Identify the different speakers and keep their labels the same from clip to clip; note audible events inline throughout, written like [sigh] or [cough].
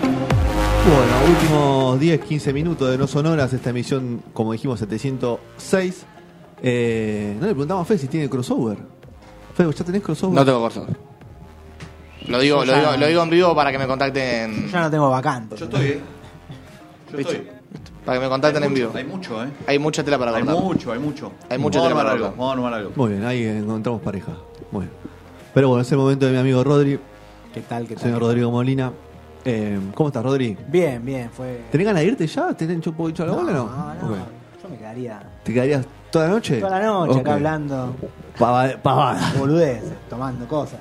Speaker 1: Bueno, últimos 10, 15 minutos de No Sonoras, esta emisión, como dijimos, 706. Eh, no le preguntamos a Fe si tiene crossover. Fe, ¿vos ¿ya tenés crossover?
Speaker 2: No tengo crossover. Lo digo,
Speaker 3: Yo
Speaker 2: lo,
Speaker 3: ya
Speaker 2: digo,
Speaker 3: no.
Speaker 2: lo digo en vivo para que me contacten.
Speaker 3: Yo no tengo vacante.
Speaker 4: ¿eh? Yo
Speaker 2: ¿Viste?
Speaker 4: estoy.
Speaker 2: Para que me contacten en
Speaker 4: mucho,
Speaker 2: vivo.
Speaker 4: Hay mucho, ¿eh?
Speaker 2: Hay mucha tela para
Speaker 4: Hay
Speaker 2: cortar.
Speaker 4: mucho, hay mucho.
Speaker 2: Hay mucho
Speaker 4: Vamos
Speaker 2: tema
Speaker 4: a armar
Speaker 2: para
Speaker 4: algo,
Speaker 2: hablar.
Speaker 4: Vamos a armar algo.
Speaker 1: Muy bien, ahí encontramos pareja. Muy bien. Pero bueno, es el momento de mi amigo Rodri,
Speaker 3: ¿Qué tal? ¿Qué tal?
Speaker 1: señor Rodrigo Molina. Eh, ¿Cómo estás, Rodri?
Speaker 3: Bien, bien, fue.
Speaker 1: ¿Tenés ganas de irte ya? ¿Te han hecho hecho la bola o no?
Speaker 3: no,
Speaker 1: Ok.
Speaker 3: Yo me quedaría
Speaker 1: ¿Te quedarías toda la noche?
Speaker 3: toda la noche
Speaker 1: Ok.
Speaker 3: acá hablando
Speaker 1: Pava- Pavada.
Speaker 3: boludeces, tomando
Speaker 1: [laughs]
Speaker 3: cosas.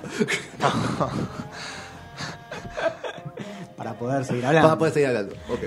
Speaker 3: Para poder seguir hablando.
Speaker 1: Pavada, podés seguir hablando. Ok.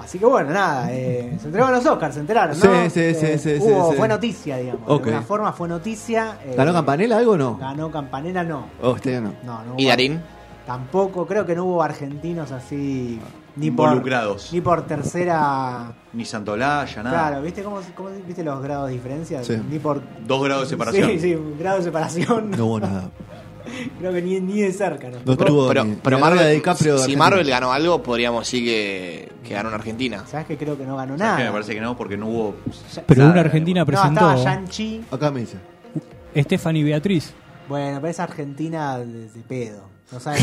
Speaker 3: Así que bueno, nada, eh, se entregaron los Oscars, se enteraron, ¿no?
Speaker 1: Sí, sí,
Speaker 3: Eh,
Speaker 1: sí, sí,
Speaker 3: hubo-
Speaker 1: sí, sí.
Speaker 3: Fue noticia, digamos.
Speaker 1: Ok.
Speaker 3: De alguna forma fue noticia. eh,
Speaker 1: ¿Ganó Campanela algo o no?
Speaker 3: Ganó Campanella, no.
Speaker 1: Oh, este ya no.
Speaker 3: No, no.
Speaker 2: ¿Y
Speaker 3: hubo-
Speaker 2: Darín?
Speaker 3: Tampoco, creo que no hubo argentinos así. Ni por,
Speaker 4: Involucrados.
Speaker 3: Ni por tercera.
Speaker 4: Ni Santolaya, nada.
Speaker 3: Claro, ¿viste cómo, cómo- viste los grados de diferencia?
Speaker 1: Sí.
Speaker 3: Ni por.
Speaker 4: Dos grados de separación.
Speaker 3: Sí, sí, un grado de separación.
Speaker 1: No hubo nada.
Speaker 3: [laughs] Creo que ni, ni de cerca, ¿no?
Speaker 1: No estuvo
Speaker 2: Pero,
Speaker 1: ni-
Speaker 2: pero
Speaker 1: ni Leonardo
Speaker 2: Marvel,
Speaker 1: DiCaprio de
Speaker 2: si
Speaker 1: Argentina.
Speaker 2: Marvel ganó algo, podríamos decir que, que ganó en Argentina.
Speaker 3: ¿Sabes que creo que no ganó
Speaker 4: ¿Sabes qué? Me
Speaker 3: nada?
Speaker 4: parece que no, porque no hubo.
Speaker 3: Ya-
Speaker 5: Pero
Speaker 4: Nada,
Speaker 5: una argentina
Speaker 3: no,
Speaker 5: presentó
Speaker 3: estaba Shang-Chi.
Speaker 1: Acá me dice.
Speaker 5: Stephanie Beatriz.
Speaker 3: Bueno, pero es Argentina de, de pedo. No sabe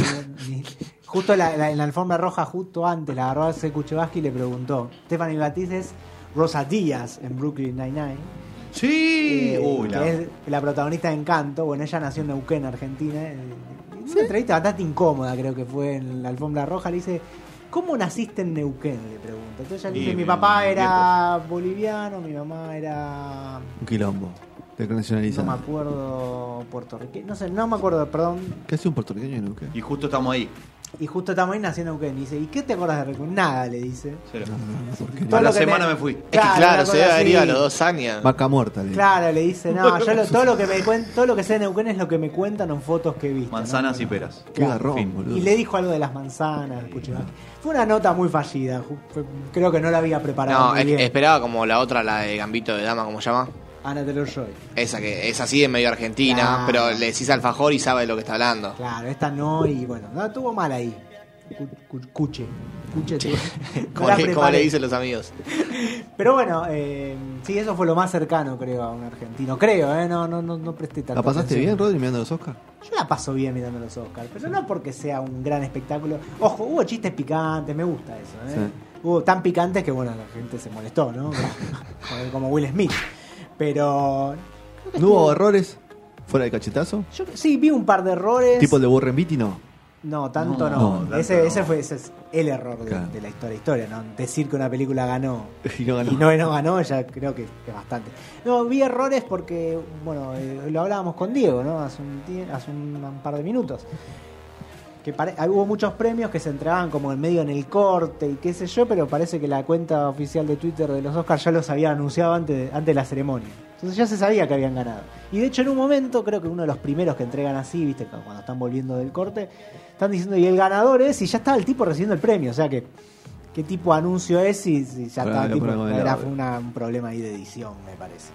Speaker 3: ni, [laughs] ni- Justo la, la- en la alfombra roja, justo antes, la agarró a C. Kuchevaski y le preguntó. Stephanie Batiz es Rosa Díaz en Brooklyn Nine-Nine.
Speaker 4: Sí.
Speaker 3: eh,
Speaker 4: Uy, la-
Speaker 3: que es la protagonista de Encanto. Bueno, ella nació en Neuquén, Argentina. eh, en Una entrevista bastante incómoda, creo que fue en la alfombra roja. Le dice, ¿cómo naciste en Neuquén? Le pregunta. Entonces ella le
Speaker 4: Y
Speaker 3: dice, mi
Speaker 4: mi-
Speaker 3: papá
Speaker 4: mi
Speaker 3: era
Speaker 4: pues.
Speaker 3: boliviano, mi mamá era...
Speaker 1: Un quilombo. De
Speaker 3: No me
Speaker 1: nacionalizada.
Speaker 3: acuerdo, puertorriqueño. No sé, no me acuerdo, perdón,
Speaker 1: ¿Qué hace un puertorriqueño en Neuquén?
Speaker 4: Y justo estamos ahí.
Speaker 3: Y justo estamos ahí naciendo en Neuquén. Y dice, ¿y qué te acordás de Recon? Nada, le dice.
Speaker 4: Cero.
Speaker 1: ¿Por qué?
Speaker 3: Todo
Speaker 4: A la
Speaker 3: lo que
Speaker 4: semana me fui. Es
Speaker 2: Es que claro,
Speaker 3: una
Speaker 2: se
Speaker 3: cosa
Speaker 2: debe haber ido a
Speaker 3: así.
Speaker 2: los dos años.
Speaker 1: Vaca muerta, le digo.
Speaker 3: Claro, le dice, no, yo lo- todo lo que me cuen- todo lo que sé de Neuquén es lo que me cuentan en fotos que he visto. ¿no?
Speaker 4: Manzanas y peras.
Speaker 1: Qué
Speaker 3: Claro.
Speaker 1: garrón,
Speaker 4: Fin.
Speaker 1: boludo.
Speaker 3: Y le dijo algo de las manzanas, Kuchevaski. Fue una nota muy fallida. ju- fue- creo que no la había preparado
Speaker 2: No,
Speaker 3: muy
Speaker 2: es-
Speaker 3: bien.
Speaker 2: esperaba como la otra, la de Gambito de Dama, ¿cómo se llama?
Speaker 3: Ana Taylor Joy.
Speaker 2: Esa que es así de medio argentina,
Speaker 3: Claro.
Speaker 2: pero le decís alfajor y sabe de lo que está hablando.
Speaker 3: Claro, esta no, y bueno, no, estuvo mal ahí. Cu- cu- Cuche. Cuche. tuvo-
Speaker 2: [laughs]
Speaker 3: no
Speaker 2: Como,
Speaker 3: la
Speaker 2: le, como le
Speaker 3: preparé.
Speaker 2: dicen los amigos.
Speaker 3: Pero bueno, eh, sí, eso fue lo más cercano, creo, a un argentino. Creo, ¿eh? No, no, no, no presté tanta
Speaker 1: ¿La pasaste
Speaker 3: atención.
Speaker 1: bien, Rodri, mirando los Oscars?
Speaker 3: Yo la paso bien mirando los Oscars, pero no porque sea un gran espectáculo. Ojo, hubo chistes picantes, me gusta eso. ¿eh?
Speaker 1: Sí.
Speaker 3: Hubo tan picantes que, bueno, la gente se
Speaker 1: [laughs]
Speaker 3: molestó, ¿no? Como- Como Will Smith. Pero. creo que
Speaker 1: ¿No hubo
Speaker 3: estuvo-
Speaker 1: errores? ¿Fuera de cachetazo?
Speaker 3: Yo sí, vi un par de errores.
Speaker 1: ¿Tipo el de Warren Beatty? No. [laughs]
Speaker 3: No, tanto
Speaker 4: No,
Speaker 3: no.
Speaker 1: no,
Speaker 4: tanto
Speaker 3: ese,
Speaker 4: no.
Speaker 3: ese fue ese es el error de,
Speaker 1: Claro.
Speaker 3: de la historia, historia, ¿no? Decir que una película ganó
Speaker 1: Y no ganó.
Speaker 3: y no, no ganó, ya creo que es bastante. No, vi errores porque, bueno, eh, lo hablábamos con Diego, ¿no? Hace un, tie- hace un, un par de minutos. Que pare- ah, hubo muchos premios que se entregaban como en medio en el corte y qué sé yo, pero parece que la cuenta oficial de Twitter de los Oscars ya los había anunciado antes de, antes de la ceremonia. Entonces ya se sabía que habían ganado. Y de hecho en un momento, creo que uno de los primeros que entregan así, viste, cuando están volviendo del corte, están diciendo, y el ganador es, y ya estaba el tipo recibiendo el premio, o sea que... ¿Qué tipo de anuncio es? Y, y ya
Speaker 1: Claro,
Speaker 3: estaba
Speaker 1: hay
Speaker 3: el
Speaker 1: que
Speaker 3: tipo.
Speaker 1: poner con el
Speaker 3: Era
Speaker 1: audio.
Speaker 3: una- un problema ahí de edición, me parece.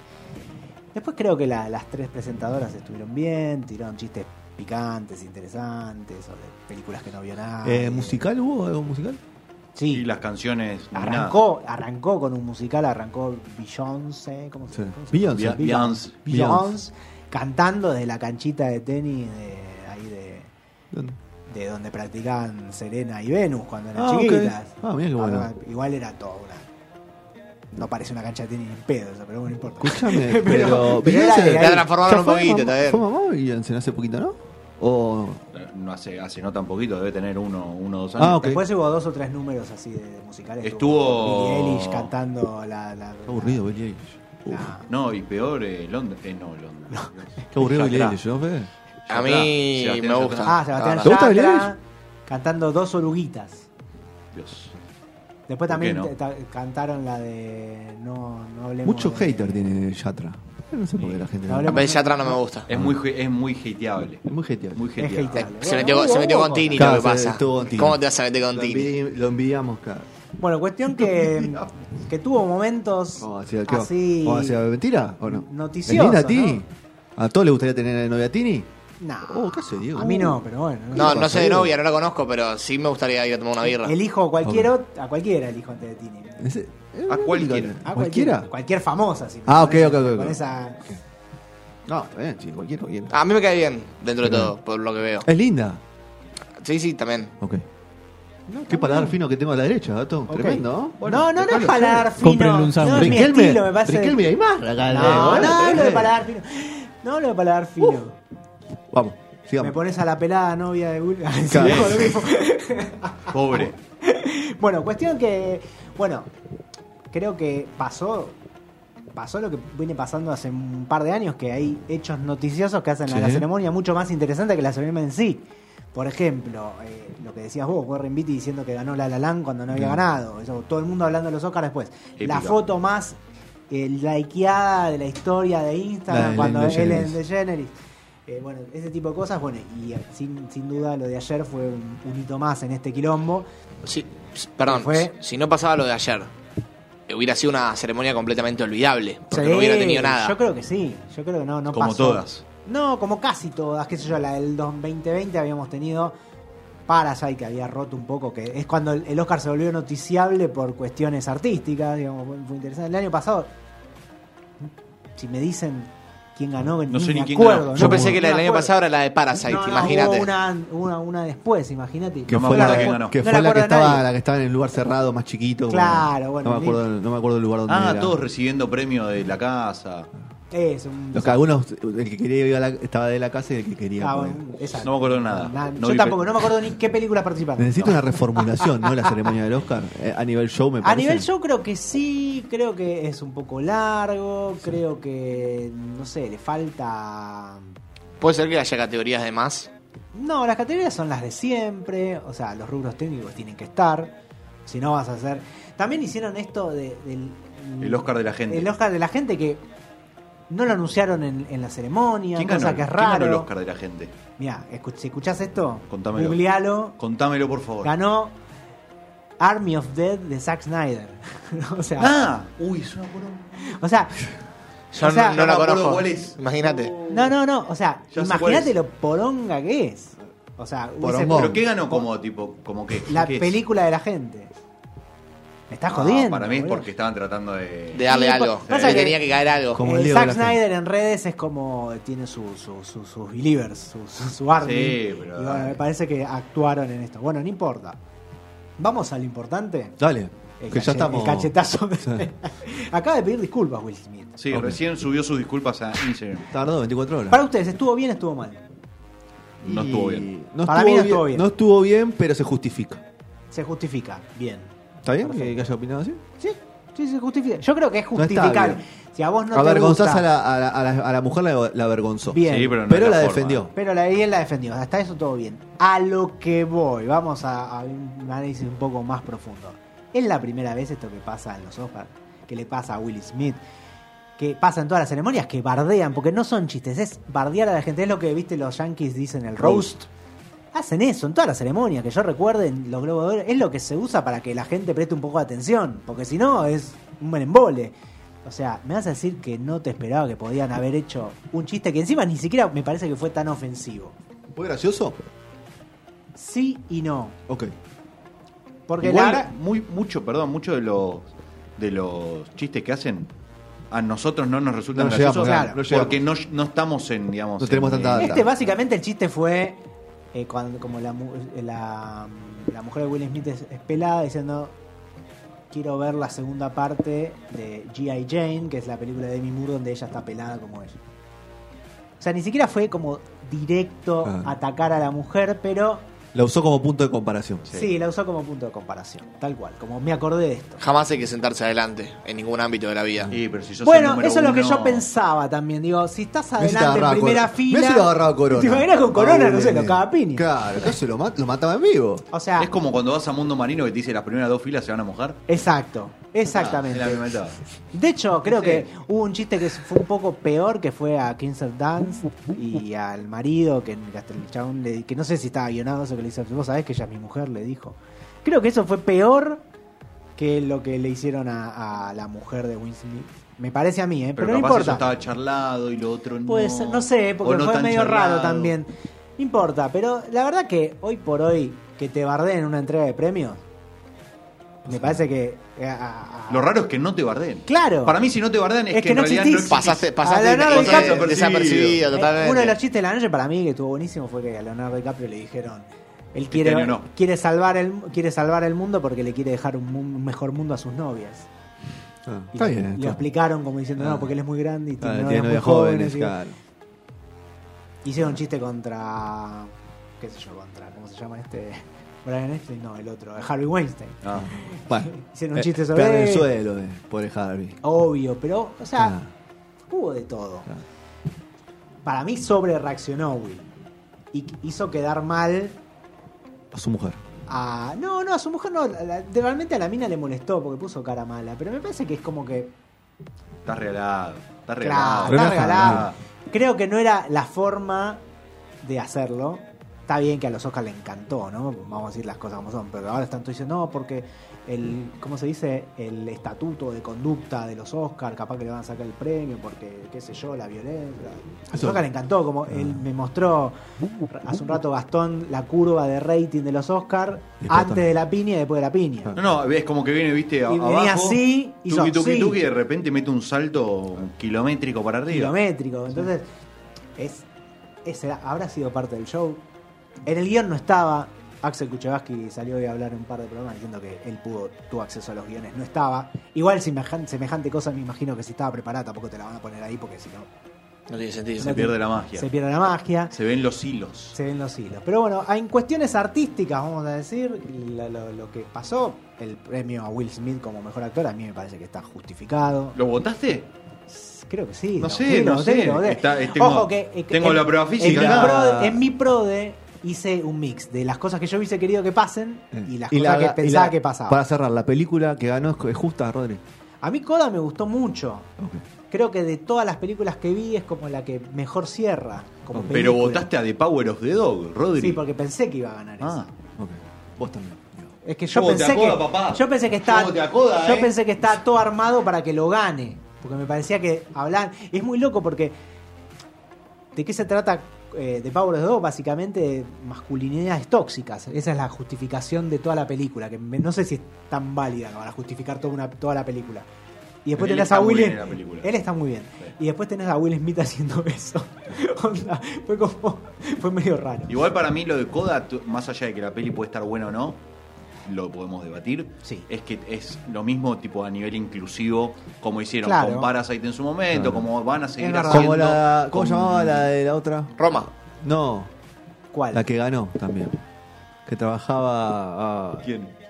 Speaker 3: Después creo que la- las tres presentadoras estuvieron bien, tiraron chistes picantes, interesantes, o de películas que no vio nada.
Speaker 1: Eh, ¿Musical hubo algo musical?
Speaker 4: Y
Speaker 3: Sí,
Speaker 4: las canciones. nominadas.
Speaker 3: arrancó, arrancó con un musical, arrancó Beyoncé, ¿cómo se
Speaker 1: Sí.
Speaker 3: cómo se-
Speaker 1: Beyoncé.
Speaker 4: Bien. Beyoncé.
Speaker 3: Beyoncé, cantando desde la canchita de tenis de ahí de,
Speaker 1: ¿Dónde?
Speaker 3: de donde practicaban Serena y Venus cuando eran
Speaker 1: Ah, ok.
Speaker 3: chiquitas.
Speaker 1: Ah, mirá qué bueno.
Speaker 3: Ahora, Igual era toda una. No parece una cancha de tenis ni en pedo, eso, pero bueno, no importa. [laughs]
Speaker 1: Escúchame,
Speaker 3: Pero-
Speaker 1: pero.
Speaker 3: pero
Speaker 1: Beyoncé-
Speaker 3: era de ahí.
Speaker 2: La transformaron
Speaker 1: ¿Ya
Speaker 2: un
Speaker 1: fue
Speaker 2: poquito,
Speaker 1: mamá-
Speaker 2: está bien.
Speaker 1: ¿Fue mamá Beyoncé hace poquito, no? ¿O.?
Speaker 4: No hace, hace no tan poquito, debe tener uno, uno o dos años.
Speaker 1: Ah, ok.
Speaker 3: Después hubo dos o tres números así de, de musicales.
Speaker 4: Estuvo-
Speaker 3: Billie Eilish cantando la. la-
Speaker 1: Aburrido, Billie Eilish.
Speaker 3: la-
Speaker 1: Uf.
Speaker 4: No, y peor, eh, Londres. Eh, no, Londres. Dios.
Speaker 1: Qué aburrido
Speaker 4: Ya
Speaker 1: Billie
Speaker 4: está.
Speaker 1: Eilish, ¿no, Fede?
Speaker 2: A mí me
Speaker 4: Sebastián Yatra.
Speaker 2: gusta.
Speaker 3: Ah, Sebastián
Speaker 2: la
Speaker 1: ¿Te gusta Billie
Speaker 3: Yatra
Speaker 1: Eilish?
Speaker 3: cantando dos oruguitas.
Speaker 4: Dios.
Speaker 3: Después
Speaker 4: ¿Por qué
Speaker 3: también
Speaker 4: no?
Speaker 3: te- ta- cantaron la de no, no hablemos.
Speaker 1: Mucho
Speaker 3: de-
Speaker 1: hater tiene Yatra. No sé por qué la gente.
Speaker 3: No
Speaker 1: no-
Speaker 3: hablemos-
Speaker 2: verdad. A mí Yatra no me gusta.
Speaker 4: Es muy, ge- es muy hateable.
Speaker 1: Es muy hater.
Speaker 4: Muy
Speaker 3: Es
Speaker 4: hateable.
Speaker 3: hateable.
Speaker 2: Se
Speaker 3: Bueno,
Speaker 2: metió,
Speaker 3: hubo-
Speaker 2: se metió
Speaker 3: hubo
Speaker 2: con Tini,
Speaker 1: Claro,
Speaker 2: lo
Speaker 1: se
Speaker 2: que pasa.
Speaker 1: estuvo con Tini.
Speaker 2: ¿Cómo te vas a meter con
Speaker 1: Lo,
Speaker 2: Tini?
Speaker 1: envi- lo envidiamos, cara.
Speaker 3: Bueno,
Speaker 1: [laughs]
Speaker 3: cuestión que, que tuvo momentos
Speaker 1: Vamos a decir, ¿qué va? Oh,
Speaker 3: así.
Speaker 1: ¿Vamos a decir mentira o no?
Speaker 3: Ah, Noticioso,
Speaker 1: ¿Es linda Tini?
Speaker 3: ¿no?
Speaker 1: ¿A todos les gustaría tener de novia a Tini?
Speaker 3: Nah.
Speaker 1: Oh, ¿qué hace, Diego?
Speaker 3: A mí no, pero bueno.
Speaker 2: No, no sé de
Speaker 1: Diego?
Speaker 2: novia, no la conozco, pero sí me gustaría ir a tomar una birra.
Speaker 3: Elijo a cualquier
Speaker 1: Ok.
Speaker 3: ot- a cualquiera elijo antes de Tini.
Speaker 1: ¿En serio?
Speaker 4: ¿A cualquiera?
Speaker 3: A
Speaker 1: ¿Cualquiera?
Speaker 3: Cualquier famosa, sí.
Speaker 1: Ah,
Speaker 3: Con
Speaker 1: ok,
Speaker 3: esa-
Speaker 1: ok, ok,
Speaker 3: Con
Speaker 1: ok.
Speaker 3: esa.
Speaker 1: No, está bien, sí, cualquiera, cualquiera.
Speaker 4: Ah,
Speaker 2: A mí me cae bien, dentro de todo, por lo que veo.
Speaker 1: Es linda.
Speaker 2: Sí, sí, también.
Speaker 1: Ok. Qué paladar fino que tengo a la derecha, gato.
Speaker 3: Ok.
Speaker 1: Tremendo.
Speaker 3: no, no, no es paladar fino.
Speaker 5: Cómprenle un
Speaker 3: No es
Speaker 5: sándwich.
Speaker 3: mi
Speaker 1: Riquelme,
Speaker 3: estilo, me parece.
Speaker 1: Riquelme y Aymar acá.
Speaker 3: No,
Speaker 1: eh,
Speaker 3: no,
Speaker 1: bueno,
Speaker 3: lo de
Speaker 1: eh.
Speaker 3: paladar fino. No, lo de paladar fino.
Speaker 1: Vamos,
Speaker 3: Me
Speaker 1: sigamos.
Speaker 3: pones a la pelada novia de [laughs] Bulga.
Speaker 1: Claro.
Speaker 4: Pobre.
Speaker 3: bueno, cuestión que. Bueno, creo que pasó. Pasó lo que viene pasando hace un par de años, que hay hechos noticiosos que hacen a la
Speaker 1: Sí.
Speaker 3: ceremonia mucho más interesante que la ceremonia en sí. Por ejemplo, eh, lo que decías vos, Warren Beatty diciendo que ganó La La Land cuando no había
Speaker 1: Mm.
Speaker 3: ganado. Eso, todo el mundo hablando de los Oscars después. La
Speaker 4: Épico.
Speaker 3: foto más eh, likeada de la historia de Instagram
Speaker 1: La de
Speaker 3: cuando
Speaker 1: Ellen DeGeneres.
Speaker 3: Ellen DeGeneres. Eh, bueno, ese tipo de cosas, bueno, y eh, sin, sin duda lo de ayer fue un, un hito más en este quilombo.
Speaker 2: Sí, s- perdón,
Speaker 3: Fue-
Speaker 2: s- si no pasaba lo de ayer, eh, hubiera sido una ceremonia completamente olvidable, porque
Speaker 3: Sí,
Speaker 2: no hubiera tenido nada.
Speaker 3: Yo creo que sí, yo creo que no, no
Speaker 4: Como
Speaker 3: pasó.
Speaker 4: todas.
Speaker 3: No, como casi todas, qué sé yo, la del 2020 habíamos tenido Parasite que había roto un poco, que es cuando el, el Oscar se volvió noticiable por cuestiones artísticas, digamos, fue, fue interesante. El año pasado, si me dicen quién ganó,
Speaker 4: No sé
Speaker 3: me
Speaker 4: ni quién
Speaker 3: acuerdo,
Speaker 4: ganó.
Speaker 3: ¿no?
Speaker 2: Yo pensé
Speaker 3: No
Speaker 2: que la
Speaker 3: me
Speaker 2: del año
Speaker 3: acuerdo.
Speaker 2: pasado era la de Parasite,
Speaker 3: No, no,
Speaker 2: imagínate.
Speaker 3: hubo una, una, una después, imagínate.
Speaker 1: Que
Speaker 4: No me
Speaker 1: fue la,
Speaker 4: acuerdo
Speaker 1: que,
Speaker 4: quién ganó.
Speaker 1: que
Speaker 3: No
Speaker 1: fue
Speaker 3: me
Speaker 1: la, que
Speaker 3: acuerdo de
Speaker 1: estaba,
Speaker 3: nadie.
Speaker 1: la que estaba en el lugar cerrado, más chiquito.
Speaker 3: Claro, bueno,
Speaker 1: No me acuerdo, no me acuerdo el lugar donde
Speaker 4: Ah,
Speaker 1: era.
Speaker 4: todos recibiendo premio de la casa.
Speaker 3: Es un-
Speaker 1: Los que algunos, el que quería ir a la, estaba de la casa y el que quería.
Speaker 3: Ah,
Speaker 1: poder.
Speaker 3: bueno, esa-
Speaker 4: No me acuerdo de nada.
Speaker 3: Na-
Speaker 4: No
Speaker 3: yo
Speaker 4: vi
Speaker 3: tampoco,
Speaker 4: pe-
Speaker 3: no me acuerdo ni qué películas participaron.
Speaker 1: Necesito una reformulación, ¿no? La ceremonia del Oscar. Eh, a nivel show, me
Speaker 3: A
Speaker 1: parece.
Speaker 3: nivel yo creo que sí, creo que es un poco largo, creo que, no sé, le falta...
Speaker 2: Puede ser que haya categorías de más.
Speaker 3: No, las categorías son las de siempre, o sea, los rubros técnicos tienen que estar, si no vas a hacer... También hicieron esto de- del...
Speaker 4: El Oscar de la gente.
Speaker 3: El Oscar de la gente que no lo anunciaron en, en la ceremonia,
Speaker 4: ¿Quién
Speaker 3: cosa
Speaker 4: ganó?
Speaker 3: que es
Speaker 4: ¿Quién ganó el
Speaker 3: raro.
Speaker 4: Oscar de la gente?
Speaker 3: Mira, si escuchás esto,
Speaker 4: Contámelo.
Speaker 3: googlealo,
Speaker 4: Contámelo, por favor.
Speaker 3: ganó Army of Dead de Zack Snyder. [laughs] o sea...
Speaker 4: Ah, uy, es una poronga.
Speaker 3: O sea,
Speaker 2: Yo
Speaker 3: O
Speaker 2: no,
Speaker 3: sea,
Speaker 2: no
Speaker 4: no me
Speaker 2: la
Speaker 4: acuerdo
Speaker 2: conozco.
Speaker 4: cuál es.
Speaker 2: Imagínate.
Speaker 3: no, no, no. O sea,
Speaker 4: Ya sé cuál
Speaker 3: imagínate
Speaker 4: es.
Speaker 3: lo poronga que es. O sea, hubiese-
Speaker 1: Porongón.
Speaker 4: ¿Pero qué ganó como tipo? Como que,
Speaker 3: la
Speaker 4: ¿qué es?
Speaker 3: película de la gente. Me estás
Speaker 4: Ah,
Speaker 3: jodiendo.
Speaker 4: Para mí es
Speaker 3: boludo.
Speaker 4: porque estaban tratando de.
Speaker 2: De darle
Speaker 3: Sí,
Speaker 2: algo.
Speaker 3: pasa
Speaker 2: Le
Speaker 3: que-
Speaker 2: tenía que caer algo.
Speaker 1: Como
Speaker 3: Eh,
Speaker 1: el Leo
Speaker 3: Zack
Speaker 1: de la
Speaker 3: Snyder en redes es como tiene su- su- su- sus believers, su, su, su army.
Speaker 4: Sí, pero
Speaker 3: Y bueno,
Speaker 4: dale.
Speaker 3: me parece que actuaron en esto. Bueno, no importa. Vamos al importante.
Speaker 1: Dale.
Speaker 3: El
Speaker 1: que
Speaker 3: cache-
Speaker 1: ya estamos.
Speaker 3: El cachetazo. de- [laughs] Acaba de pedir disculpas, Will Smith.
Speaker 4: Sí,
Speaker 1: Ok.
Speaker 4: recién subió sus disculpas a Instagram.
Speaker 1: Tardó 24 horas.
Speaker 3: Para ustedes, ¿estuvo bien estuvo mal?
Speaker 4: No
Speaker 1: Y-
Speaker 4: estuvo bien.
Speaker 1: no
Speaker 3: Para mí no estuvo bien.
Speaker 1: No estuvo bien, pero se justifica.
Speaker 3: Se justifica. Bien.
Speaker 1: ¿Está bien
Speaker 3: Perfecto.
Speaker 1: que, que haya opinado así?
Speaker 3: Sí, sí, se justifica. Yo creo que es
Speaker 1: No está
Speaker 3: justificable.
Speaker 1: bien.
Speaker 3: si a vos no te
Speaker 1: Avergonzás
Speaker 3: gusta,
Speaker 1: a la, a, la, a, la, a la mujer, la, la avergonzó.
Speaker 3: Bien.
Speaker 4: Sí, pero
Speaker 1: Pero,
Speaker 4: no es
Speaker 1: la,
Speaker 4: forma.
Speaker 1: defendió.
Speaker 3: pero la él la defendió. Hasta eso todo bien. A lo que voy, vamos a, a un análisis un poco más profundo. Es la primera vez esto que pasa en los Oscars, que le pasa a Will Smith, que pasa en todas las ceremonias, que bardean, porque no son chistes, es bardear a la gente. Es lo que viste los yankees dicen el roast. Hacen eso en todas las ceremonias, que yo recuerde, en los globos de Oro, es lo que se usa para que la gente preste un poco de atención, porque si no es un buen embole. O sea, me vas a decir que no te esperaba que podían haber hecho un chiste que encima ni siquiera me parece que fue tan ofensivo.
Speaker 1: ¿Fue gracioso?
Speaker 3: Sí y no.
Speaker 1: Ok.
Speaker 3: Porque
Speaker 4: Igual,
Speaker 3: la verdad-
Speaker 4: muy, mucho, perdón, mucho de los de los chistes que hacen a nosotros no nos resultan
Speaker 1: No
Speaker 4: graciosos
Speaker 1: llegamos,
Speaker 3: claro,
Speaker 1: no llegamos.
Speaker 4: porque no, no estamos en, digamos,
Speaker 1: No tenemos
Speaker 4: en- eh,
Speaker 1: tanta
Speaker 4: en-
Speaker 1: data.
Speaker 3: Este básicamente el chiste fue eh, cuando, como la, mu- la, la mujer de Will Smith es, es pelada diciendo quiero ver la segunda parte de G.I. Jane, que es la película de Demi Moore donde ella está pelada como ella. O sea, ni siquiera fue como directo
Speaker 1: Ah.
Speaker 3: atacar a la mujer, pero
Speaker 1: La usó como punto de comparación.
Speaker 3: Sí. la usó como punto de comparación, tal cual, como me acordé de esto.
Speaker 2: Jamás hay que sentarse adelante en ningún ámbito de la vida.
Speaker 4: Y, eh, pero si yo soy
Speaker 3: Bueno,
Speaker 4: número
Speaker 3: eso es lo que
Speaker 4: uno-
Speaker 3: yo pensaba también. Digo, si estás
Speaker 1: Messi te
Speaker 3: adelante en
Speaker 1: agarraba
Speaker 3: primera
Speaker 1: Corona.
Speaker 3: fila.
Speaker 1: Messi lo agarraba Corona.
Speaker 3: ¿Te imaginas con Corona?
Speaker 1: Ah,
Speaker 3: no sé, lo
Speaker 1: bien.
Speaker 3: caga piña.
Speaker 1: Claro, casi lo, mat- lo mataba en vivo.
Speaker 3: O sea,
Speaker 4: Es como cuando vas a Mundo Marino que te dice las primeras dos filas se van a mojar.
Speaker 3: exacto, exactamente.
Speaker 4: Ah, es la misma etapa.
Speaker 3: De hecho, creo
Speaker 4: Sí.
Speaker 3: que hubo un chiste que fue un poco peor que fue a Kings of Dance y al marido que, que hasta el chabón le- que no sé si estaba guionado eso que le hizo. Vos sabés que ella es mi mujer, le dijo. Creo que eso fue peor que lo que le hicieron a, a la mujer de Will Smith. Me parece a mí, ¿eh?
Speaker 4: Pero,
Speaker 3: pero, no
Speaker 4: capaz eso
Speaker 3: importa.
Speaker 4: estaba charlado y lo otro no.
Speaker 3: Puede ser, no sé, porque
Speaker 4: O no
Speaker 3: fue
Speaker 4: tan
Speaker 3: medio
Speaker 4: charlado.
Speaker 3: raro también. No importa, pero la verdad que hoy por hoy que te bardeen en una entrega de premios, me parece que... eh, a- a-
Speaker 4: Lo raro es que no te bardeen.
Speaker 3: Claro.
Speaker 4: Para mí, si no te bardean, es,
Speaker 3: Es que
Speaker 4: en
Speaker 3: no
Speaker 4: realidad
Speaker 3: existís.
Speaker 4: no
Speaker 2: Pasaste,
Speaker 3: A
Speaker 2: pasaste
Speaker 3: Leonardo
Speaker 2: pasaste
Speaker 4: DiCaprio.
Speaker 2: desapercibido,
Speaker 4: Desapercibido.
Speaker 3: Eh,
Speaker 2: totalmente.
Speaker 3: Uno de los chistes de la noche para mí que estuvo buenísimo fue que a Leonardo DiCaprio le dijeron, él
Speaker 1: Este
Speaker 3: quiere,
Speaker 4: año no.
Speaker 3: quiere, salvar, el, quiere salvar el mundo porque le quiere dejar un, mu- un mejor mundo a sus novias.
Speaker 1: Ah,
Speaker 3: Y
Speaker 1: está
Speaker 3: le-
Speaker 1: bien.
Speaker 3: le
Speaker 1: está.
Speaker 3: lo explicaron como diciendo,
Speaker 1: Ah.
Speaker 3: no, porque él es muy grande y
Speaker 1: Ah,
Speaker 3: tiene
Speaker 1: tiene
Speaker 3: novias muy
Speaker 1: novias
Speaker 3: jóvenes.
Speaker 1: jóvenes,
Speaker 3: y-
Speaker 1: claro.
Speaker 3: Hicieron un chiste contra, qué sé yo, contra, ¿cómo se llama este? [laughs] Brian Epstein, no, el otro, Harvey Weinstein.
Speaker 4: Ah.
Speaker 1: Bueno,
Speaker 3: Hicieron un
Speaker 1: eh,
Speaker 3: chiste sobre
Speaker 1: Pegar en el
Speaker 3: él.
Speaker 1: suelo, eh, pobre Harvey.
Speaker 3: Obvio, pero, o sea,
Speaker 1: Ah.
Speaker 3: hubo de todo.
Speaker 1: Claro.
Speaker 3: Para mí sobre reaccionó Will. Y hizo quedar mal
Speaker 1: A su mujer.
Speaker 3: a- No, no, a su mujer no. la- la- de- realmente a la mina le molestó porque puso cara mala. Pero me parece que es como que.
Speaker 4: Está regalado. Está
Speaker 3: Claro,
Speaker 4: regalado.
Speaker 3: está
Speaker 1: Relajada,
Speaker 3: regalada. Creo que no era la forma de hacerlo. Está bien que a los Oscars le encantó, ¿no? Vamos a decir las cosas como son. Pero ahora están todos diciendo, no, porque el. ¿Cómo se dice? El estatuto de conducta de los Oscars. Capaz que le van a sacar el premio porque, qué sé yo, la violencia. A los
Speaker 1: Eso-
Speaker 3: Oscars le encantó. Como él me mostró hace un rato Gastón la curva de rating de los Oscars
Speaker 1: Explotó.
Speaker 3: antes de la piña y después de la piña.
Speaker 1: Ah.
Speaker 4: No, no, es como que viene, viste, a-
Speaker 3: Y venía
Speaker 4: abajo,
Speaker 3: así, hizo
Speaker 4: tuqui, tuqui,
Speaker 3: así.
Speaker 4: tuqui, y de repente mete un salto kilométrico para arriba.
Speaker 3: kilométrico. Entonces, es, ese habrá sido parte del show. En el guión no estaba. Axel Kuchevaski salió hoy a hablar en un par de programas diciendo que él pudo, tuvo acceso a los guiones. No estaba. Igual semejan- semejante cosa me imagino que si estaba preparada tampoco te la van a poner ahí porque si no
Speaker 2: No tiene sentido.
Speaker 4: Se pierde la magia.
Speaker 3: se
Speaker 4: Se,
Speaker 3: pierde la magia.
Speaker 4: ven los hilos.
Speaker 3: se ven los hilos. Pero bueno, en cuestiones artísticas, vamos a decir, lo, lo- lo que pasó, el premio a Will Smith como mejor actor, a mí me parece que está justificado.
Speaker 4: ¿Lo votaste?
Speaker 3: Creo que sí.
Speaker 4: No
Speaker 3: lo
Speaker 4: sé,
Speaker 3: voté, lo
Speaker 4: no
Speaker 3: voté,
Speaker 4: sé.
Speaker 3: lo voté.
Speaker 4: Está- eh, tengo- tengo la prueba física,
Speaker 3: En mi,
Speaker 4: nada.
Speaker 3: prode, en mi prode hice un mix de las cosas que yo hubiese querido que pasen
Speaker 4: Mm.
Speaker 3: y las cosas
Speaker 1: la-
Speaker 3: que pensaba
Speaker 1: y la-
Speaker 3: que pasaban.
Speaker 1: Para cerrar, la película que ganó es- es justa, Rodri.
Speaker 3: A mí Coda me gustó mucho. Creo que de todas las películas que vi es como la que mejor cierra. Como
Speaker 4: Pero
Speaker 3: película.
Speaker 4: votaste a The Power of the Dog, Rodri.
Speaker 3: Sí, porque pensé que iba a ganar
Speaker 4: Ah,
Speaker 3: esa.
Speaker 1: Ok. Vos también. Diego.
Speaker 3: Es que yo
Speaker 4: ¿Cómo te
Speaker 3: pensé
Speaker 4: acoda,
Speaker 3: que
Speaker 4: papá?
Speaker 3: yo pensé que estaba
Speaker 4: ¿Cómo te acoda,
Speaker 3: yo
Speaker 4: eh?
Speaker 3: pensé que estaba todo armado para que lo gane, porque me parecía que hablan es muy loco porque de qué se trata eh, de Power of the Dog? básicamente de masculinidades tóxicas. Esa es la justificación de toda la película, que me- no sé si es tan válida ¿no? para justificar toda una toda la película. Y después
Speaker 4: Él
Speaker 3: tenés
Speaker 4: está
Speaker 3: a
Speaker 4: muy
Speaker 3: Will
Speaker 4: bien en la película.
Speaker 3: él está muy bien. Y después tenés a Will Smith haciendo [laughs] eso. Onda, fue como fue medio raro.
Speaker 4: Igual para mí lo de Coda, tú- más allá de que la peli puede estar buena o no, lo podemos debatir.
Speaker 3: Sí.
Speaker 4: Es que es lo mismo tipo a nivel inclusivo como hicieron
Speaker 3: Claro.
Speaker 4: con Parasite en su momento,
Speaker 1: Claro.
Speaker 4: como van a seguir
Speaker 3: Es verdad.
Speaker 4: haciendo.
Speaker 1: Como la, ¿Cómo
Speaker 4: con-
Speaker 1: llamaba la de la otra?
Speaker 2: Roma.
Speaker 1: No,
Speaker 3: ¿Cuál?
Speaker 1: la que ganó también. Que trabajaba. ah,
Speaker 4: ¿Quién?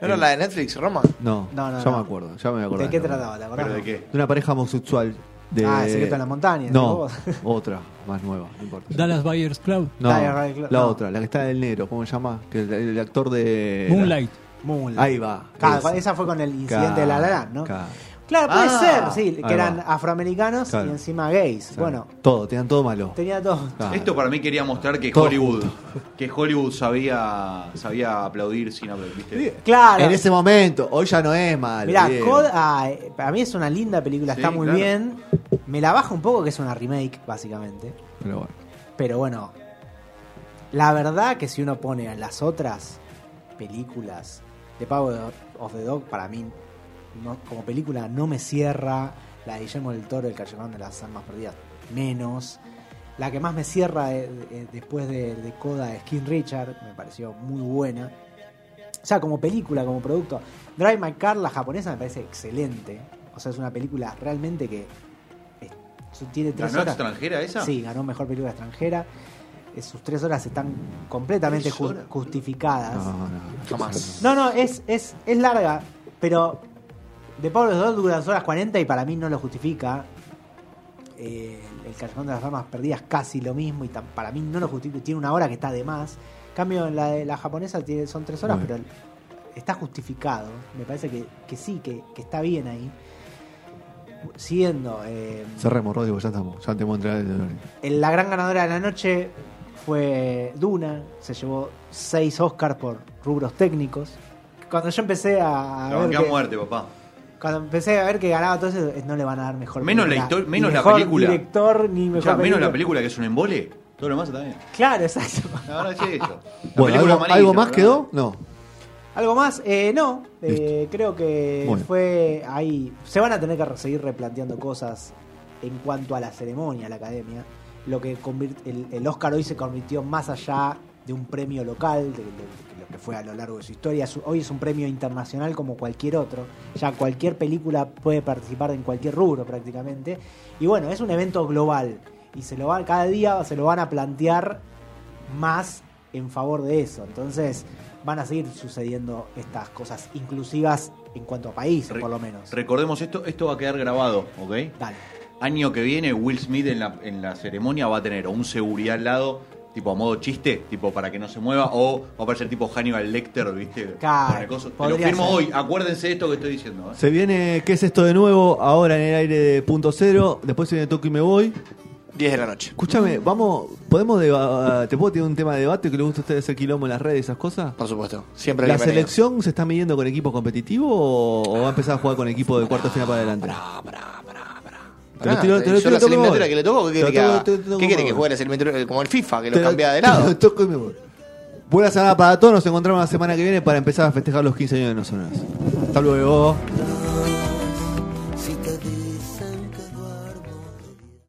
Speaker 2: ¿No era la de Netflix, Roma?
Speaker 1: no,
Speaker 3: No, no,
Speaker 1: ya
Speaker 3: no.
Speaker 1: me acuerdo. Ya me acuerdo.
Speaker 3: ¿De qué trataba? ¿Te acordás?
Speaker 4: ¿Pero de qué?
Speaker 1: De una pareja homosexual. De...
Speaker 3: Ah, El secreto en la montaña,
Speaker 1: No,
Speaker 3: ¿sí
Speaker 1: [laughs] otra, más nueva. No importa.
Speaker 5: Dallas Buyers Club.
Speaker 1: No,
Speaker 3: Dale, Ray Clo-
Speaker 1: la
Speaker 3: no.
Speaker 1: otra, la que está en el negro, ¿cómo se llama? Que el, el actor de.
Speaker 5: Moonlight.
Speaker 3: Moonlight.
Speaker 4: Ah,
Speaker 1: Ahí va.
Speaker 3: Claro,
Speaker 1: Esa.
Speaker 3: esa fue con el incidente
Speaker 1: Claro,
Speaker 3: de la La Land, ¿no?
Speaker 1: claro.
Speaker 3: Claro, puede
Speaker 4: Ah,
Speaker 3: ser, sí, que
Speaker 1: ahí
Speaker 3: eran
Speaker 1: va.
Speaker 3: afroamericanos
Speaker 1: Claro.
Speaker 3: y encima gays.
Speaker 1: Claro.
Speaker 3: Bueno,
Speaker 1: Todo, tenían todo malo.
Speaker 3: tenía todo.
Speaker 1: Claro.
Speaker 4: Esto para mí quería mostrar que
Speaker 1: Todo
Speaker 4: Hollywood, que Hollywood sabía, sabía aplaudir sin aplaudir, ¿viste?
Speaker 3: Claro.
Speaker 1: En ese momento, hoy ya no es malo.
Speaker 3: Mirá,
Speaker 1: Diego.
Speaker 3: Cod- ah, eh, para mí es una linda película,
Speaker 4: Sí,
Speaker 3: está muy
Speaker 4: claro.
Speaker 3: bien. Me la baja un poco que es una remake, básicamente.
Speaker 1: Pero bueno.
Speaker 3: Pero bueno, la verdad que si uno pone a las otras películas de Power of the Dog, para mí, no- como película no me cierra. La de Guillermo del Toro, El Callejón de las Almas Perdidas, menos. La que más me cierra eh, eh, después de, de Coda es King Richard, me pareció muy buena. O sea, como película, como producto. Drive My Car, la japonesa, me parece excelente. O sea, es una película realmente que eh, tiene tres
Speaker 4: ¿Ganó
Speaker 3: horas.
Speaker 4: extranjera esa?
Speaker 3: Sí, ganó mejor película extranjera. que sus tres horas están completamente ju- justificadas.
Speaker 1: No, no.
Speaker 2: Jamás.
Speaker 3: No, no, es, es, es larga, pero de Pablo Escobar dura dos horas 40 y para mí no lo justifica. Eh, el Callejón de las Damas Perdidas casi lo mismo y tam- para mí no lo justifica. Tiene una hora que está de más. En cambio, en la, de la japonesa tiene, son tres horas,
Speaker 1: Muy
Speaker 3: pero está justificado. Me parece que, que sí, que, que está bien ahí. Siguiendo, eh,
Speaker 1: Cerremos, Rodrigo, ya estamos. Ya te voy a entregar el-
Speaker 3: el- la gran ganadora de la noche fue Duna, se llevó seis Oscars por rubros técnicos. Cuando yo empecé a, a
Speaker 4: La
Speaker 3: ver
Speaker 4: banqué a
Speaker 3: que,
Speaker 4: muerte, papá.
Speaker 3: cuando empecé a ver que ganaba todo eso, es- no le van a dar mejor
Speaker 4: Menos la
Speaker 3: película,
Speaker 4: histo-
Speaker 3: ni
Speaker 4: menos la
Speaker 3: mejor
Speaker 4: película.
Speaker 3: director ni
Speaker 4: O
Speaker 3: mejor
Speaker 4: sea, menos la película que es un embole, todo lo demás está bien.
Speaker 3: Claro, exacto.
Speaker 4: La verdad es eso. La
Speaker 1: Bueno,
Speaker 4: película
Speaker 1: ¿algo,
Speaker 4: amarilla,
Speaker 1: algo más
Speaker 4: la
Speaker 1: quedó? No.
Speaker 3: Algo más, eh, no, eh, creo que
Speaker 1: Bueno.
Speaker 3: fue ahí. Se van a tener que re- seguir replanteando cosas en cuanto a la ceremonia, a la academia. Lo que convir- el, el Oscar hoy se convirtió más allá de un premio local, de, de- de lo que fue a lo largo de su historia. Su- Hoy es un premio internacional como cualquier otro. Ya cualquier película puede participar en cualquier rubro prácticamente. Y bueno, es un evento global y se lo va, cada día se lo van a plantear más en favor de eso. Entonces van a seguir sucediendo estas cosas inclusivas en cuanto a país,
Speaker 4: Re-
Speaker 3: por lo menos.
Speaker 4: Recordemos esto, esto va a quedar grabado, ¿ok?
Speaker 3: Dale.
Speaker 4: Año que viene, Will Smith en la, en la ceremonia va a tener o un seguridad al lado, tipo a modo chiste, tipo para que no se mueva, o va a aparecer tipo Hannibal Lecter, ¿viste?
Speaker 3: Claro,
Speaker 4: Con el coso. Te lo
Speaker 3: podría
Speaker 4: firmo
Speaker 3: ser.
Speaker 4: hoy, acuérdense de esto que estoy diciendo. ¿eh?
Speaker 1: Se viene ¿Qué es esto de nuevo? Ahora en el aire de punto cero. Después se viene Toco y me voy.
Speaker 2: 10 de la noche.
Speaker 1: Escúchame, vamos, podemos deba- ¿te puedo tirar un tema de debate que le gusta a ustedes el quilombo en las redes y esas cosas?
Speaker 2: Por supuesto. Siempre
Speaker 1: ¿La
Speaker 2: bienvenido.
Speaker 1: selección se está midiendo con equipo competitivo o, o va a empezar a jugar con equipo de cuarto de final para adelante?
Speaker 2: Pará, pará, pará, pará.
Speaker 1: Te lo
Speaker 2: Pará,
Speaker 1: tiro- te lo
Speaker 2: yo
Speaker 1: tiro
Speaker 2: la
Speaker 1: como
Speaker 2: eliminatoria
Speaker 1: voy.
Speaker 2: que le tocó, ¿qué
Speaker 1: Te lo
Speaker 2: quiere que
Speaker 1: toco-
Speaker 2: haga?
Speaker 1: te lo toco
Speaker 2: ¿Qué quiere que
Speaker 1: como
Speaker 2: juegue la eliminatoria como el FIFA, que
Speaker 1: Te
Speaker 2: lo cambia
Speaker 1: [laughs]
Speaker 2: de
Speaker 1: te
Speaker 2: lado?
Speaker 1: lo toco y me voy. Buena semana para todos, nos encontramos la semana que viene para empezar a festejar los 15 años de nosotros. Hasta luego.